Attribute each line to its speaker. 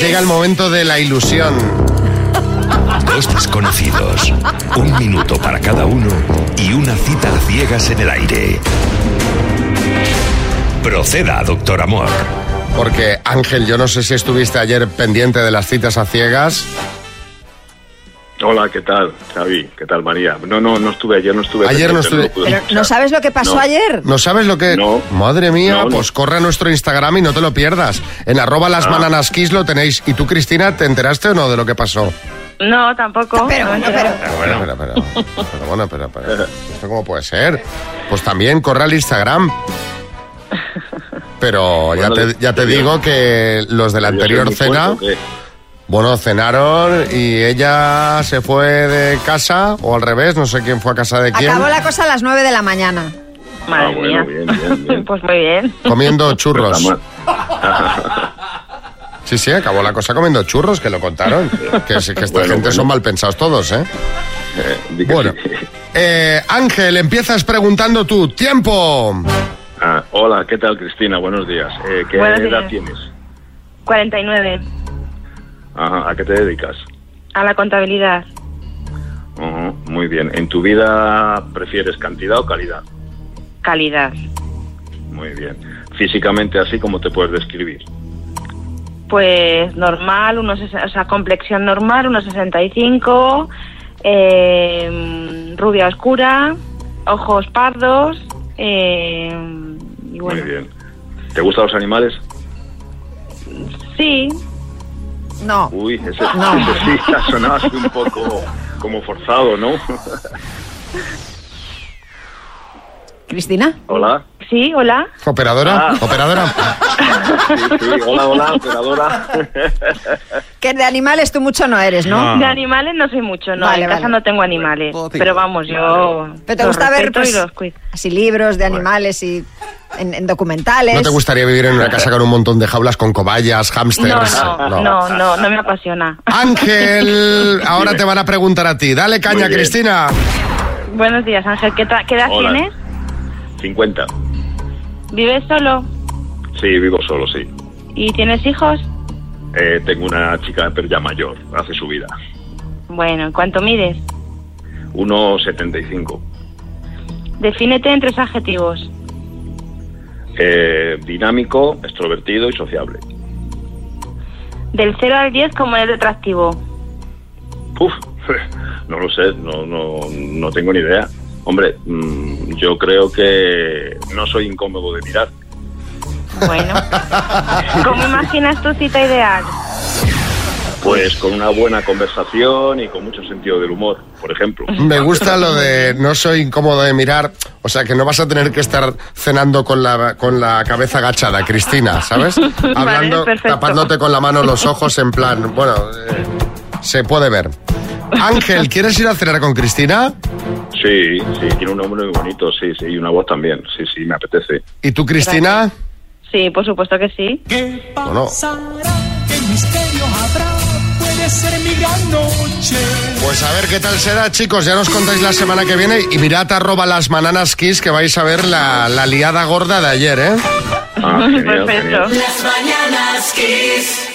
Speaker 1: Llega el momento de la ilusión.
Speaker 2: Dos desconocidos, un minuto para cada uno y una cita a ciegas en el aire. Proceda, doctor Amor.
Speaker 1: Porque Ángel, yo no sé si estuviste ayer pendiente de las citas a ciegas.
Speaker 3: Hola, ¿qué tal, Xavi? ¿Qué tal, María? No, no, no estuve ayer, no estuve.
Speaker 1: Ayer no
Speaker 3: presente,
Speaker 1: estuve.
Speaker 3: pude
Speaker 4: Pero
Speaker 3: escuchar.
Speaker 4: ¿no sabes lo que pasó
Speaker 3: No.
Speaker 4: ayer?
Speaker 1: ¿No sabes lo que...?
Speaker 3: No.
Speaker 1: Madre mía,
Speaker 3: No, Ah. no.
Speaker 1: pues corre a nuestro Instagram y no te lo pierdas. En arroba las bananas kiss lo tenéis. ¿Y tú, Cristina, te enteraste o no de lo que pasó?
Speaker 5: No, tampoco.
Speaker 4: Pero
Speaker 5: No,
Speaker 4: bueno,
Speaker 5: no.
Speaker 3: Ah,
Speaker 4: pero...
Speaker 1: Pero bueno, pero, pero, pero bueno, pero, pero, ¿esto cómo puede ser? Pues también corre al Instagram. Pero ya
Speaker 3: Bueno,
Speaker 1: te, ya te
Speaker 3: yo-
Speaker 1: digo que los de la
Speaker 3: Yo soy
Speaker 1: anterior
Speaker 3: muy
Speaker 1: cena,
Speaker 3: fuerte, ¿o qué?
Speaker 1: bueno, cenaron y ella se fue de casa o al revés, no sé quién fue a casa de quién,
Speaker 4: Acabó la cosa a las 9 de la mañana.
Speaker 5: Madre
Speaker 3: Ah, bueno,
Speaker 5: mía.
Speaker 3: bien, bien, bien.
Speaker 5: pues muy bien.
Speaker 1: comiendo
Speaker 3: Está
Speaker 1: churros.
Speaker 3: mal.
Speaker 1: Sí, sí, acabó la cosa comiendo churros, que lo contaron. Que, sí, que esta
Speaker 3: Bueno,
Speaker 1: gente
Speaker 3: bueno.
Speaker 1: son mal pensados todos, ¿eh?
Speaker 3: Eh, di que
Speaker 1: Bueno.
Speaker 3: sí.
Speaker 1: Eh, Ángel, empiezas preguntando tú. ¡Tiempo!
Speaker 3: Ah, hola, ¿qué tal, Cristina? Buenos días. Eh, ¿Qué
Speaker 5: Buenos
Speaker 3: edad
Speaker 5: días.
Speaker 3: tienes?
Speaker 5: 49.
Speaker 3: Ajá, ¿A qué te dedicas?
Speaker 5: A la contabilidad.
Speaker 3: Ujú, muy bien. ¿En tu vida prefieres cantidad o calidad?
Speaker 5: Calidad.
Speaker 3: Muy bien. Físicamente así como te puedes describir.
Speaker 5: Pues normal, unos, sesen- o sea, complexión normal, unos 65, eh, rubia oscura, ojos pardos. eh, y bueno.
Speaker 3: Muy bien. ¿Te gustan los animales?
Speaker 5: Sí,
Speaker 4: No.
Speaker 3: Uy, ese, ese sí ha sonado así un poco como forzado, ¿no?
Speaker 4: ¿Cristina?
Speaker 3: Hola.
Speaker 5: sí, hola.
Speaker 1: ¿Operadora?
Speaker 3: Ah.
Speaker 1: ¿Operadora?
Speaker 3: Sí, sí, hola, hola, operadora.
Speaker 4: Que de animales tú mucho no eres,
Speaker 3: Ah.
Speaker 4: ¿no?
Speaker 5: De animales no soy mucho, no.
Speaker 4: Vale,
Speaker 5: en casa
Speaker 4: vale.
Speaker 5: no tengo animales.
Speaker 1: Bueno,
Speaker 5: Pero vamos, yo.
Speaker 4: Pero te
Speaker 5: los
Speaker 4: gusta ver
Speaker 5: respeto y
Speaker 4: pues,
Speaker 5: los cuido.
Speaker 4: así libros de animales y en, en documentales.
Speaker 1: ¿No te gustaría vivir en una casa con un montón de jaulas con cobayas,
Speaker 5: No,
Speaker 1: hámsters?
Speaker 5: no, no, no, no me apasiona.
Speaker 1: Ángel, ahora te van a preguntar a ti. Dale caña,
Speaker 3: Muy bien.
Speaker 1: Cristina.
Speaker 5: Buenos días, Ángel. ¿Qué, ta- qué edad
Speaker 3: Hola.
Speaker 5: tienes?
Speaker 3: 50.
Speaker 5: ¿Vives solo?
Speaker 3: Sí, vivo solo, sí.
Speaker 5: ¿Y tienes hijos?
Speaker 3: Eh, tengo una chica, pero ya mayor, hace su vida.
Speaker 5: Bueno, ¿en cuánto mides?
Speaker 3: 1,75.
Speaker 5: Defínete en tres adjetivos.
Speaker 3: Eh, dinámico, extrovertido y sociable.
Speaker 5: Del 0 al 10, ¿cómo eres atractivo?
Speaker 3: Puf, no lo sé, no, no, no tengo ni idea. Hombre, mm, yo creo que no soy incómodo de mirar.
Speaker 5: Bueno. ¿Cómo imaginas tu cita ideal?
Speaker 3: Pues con una buena conversación y con mucho sentido del humor, por ejemplo.
Speaker 1: Me gusta lo de no soy incómodo de mirar, o sea que no vas a tener que estar cenando con la, con la cabeza agachada, Cristina, ¿sabes? Hablando,
Speaker 5: perfecto.
Speaker 1: tapándote con la mano los ojos en plan, bueno, eh, se puede ver. Ángel, ¿quieres ir a cenar con Cristina?
Speaker 3: Sí, sí, tiene un nombre muy bonito, sí, sí, y una voz también, sí, sí, me apetece.
Speaker 1: ¿Y tú, Cristina?
Speaker 5: Sí, por supuesto que sí.
Speaker 6: ¿Qué
Speaker 1: Bueno.
Speaker 6: pasará? ¿Qué misterio habrá? Puede ser mi gran noche.
Speaker 1: Pues a ver qué tal será, chicos. Ya nos contáis la semana que viene y mirad arroba las bananas kiss que vais a ver la, la liada gorda de ayer, ¿eh?
Speaker 3: Ah, genial,
Speaker 5: Perfecto.
Speaker 3: genial.
Speaker 7: Las mañanas kiss.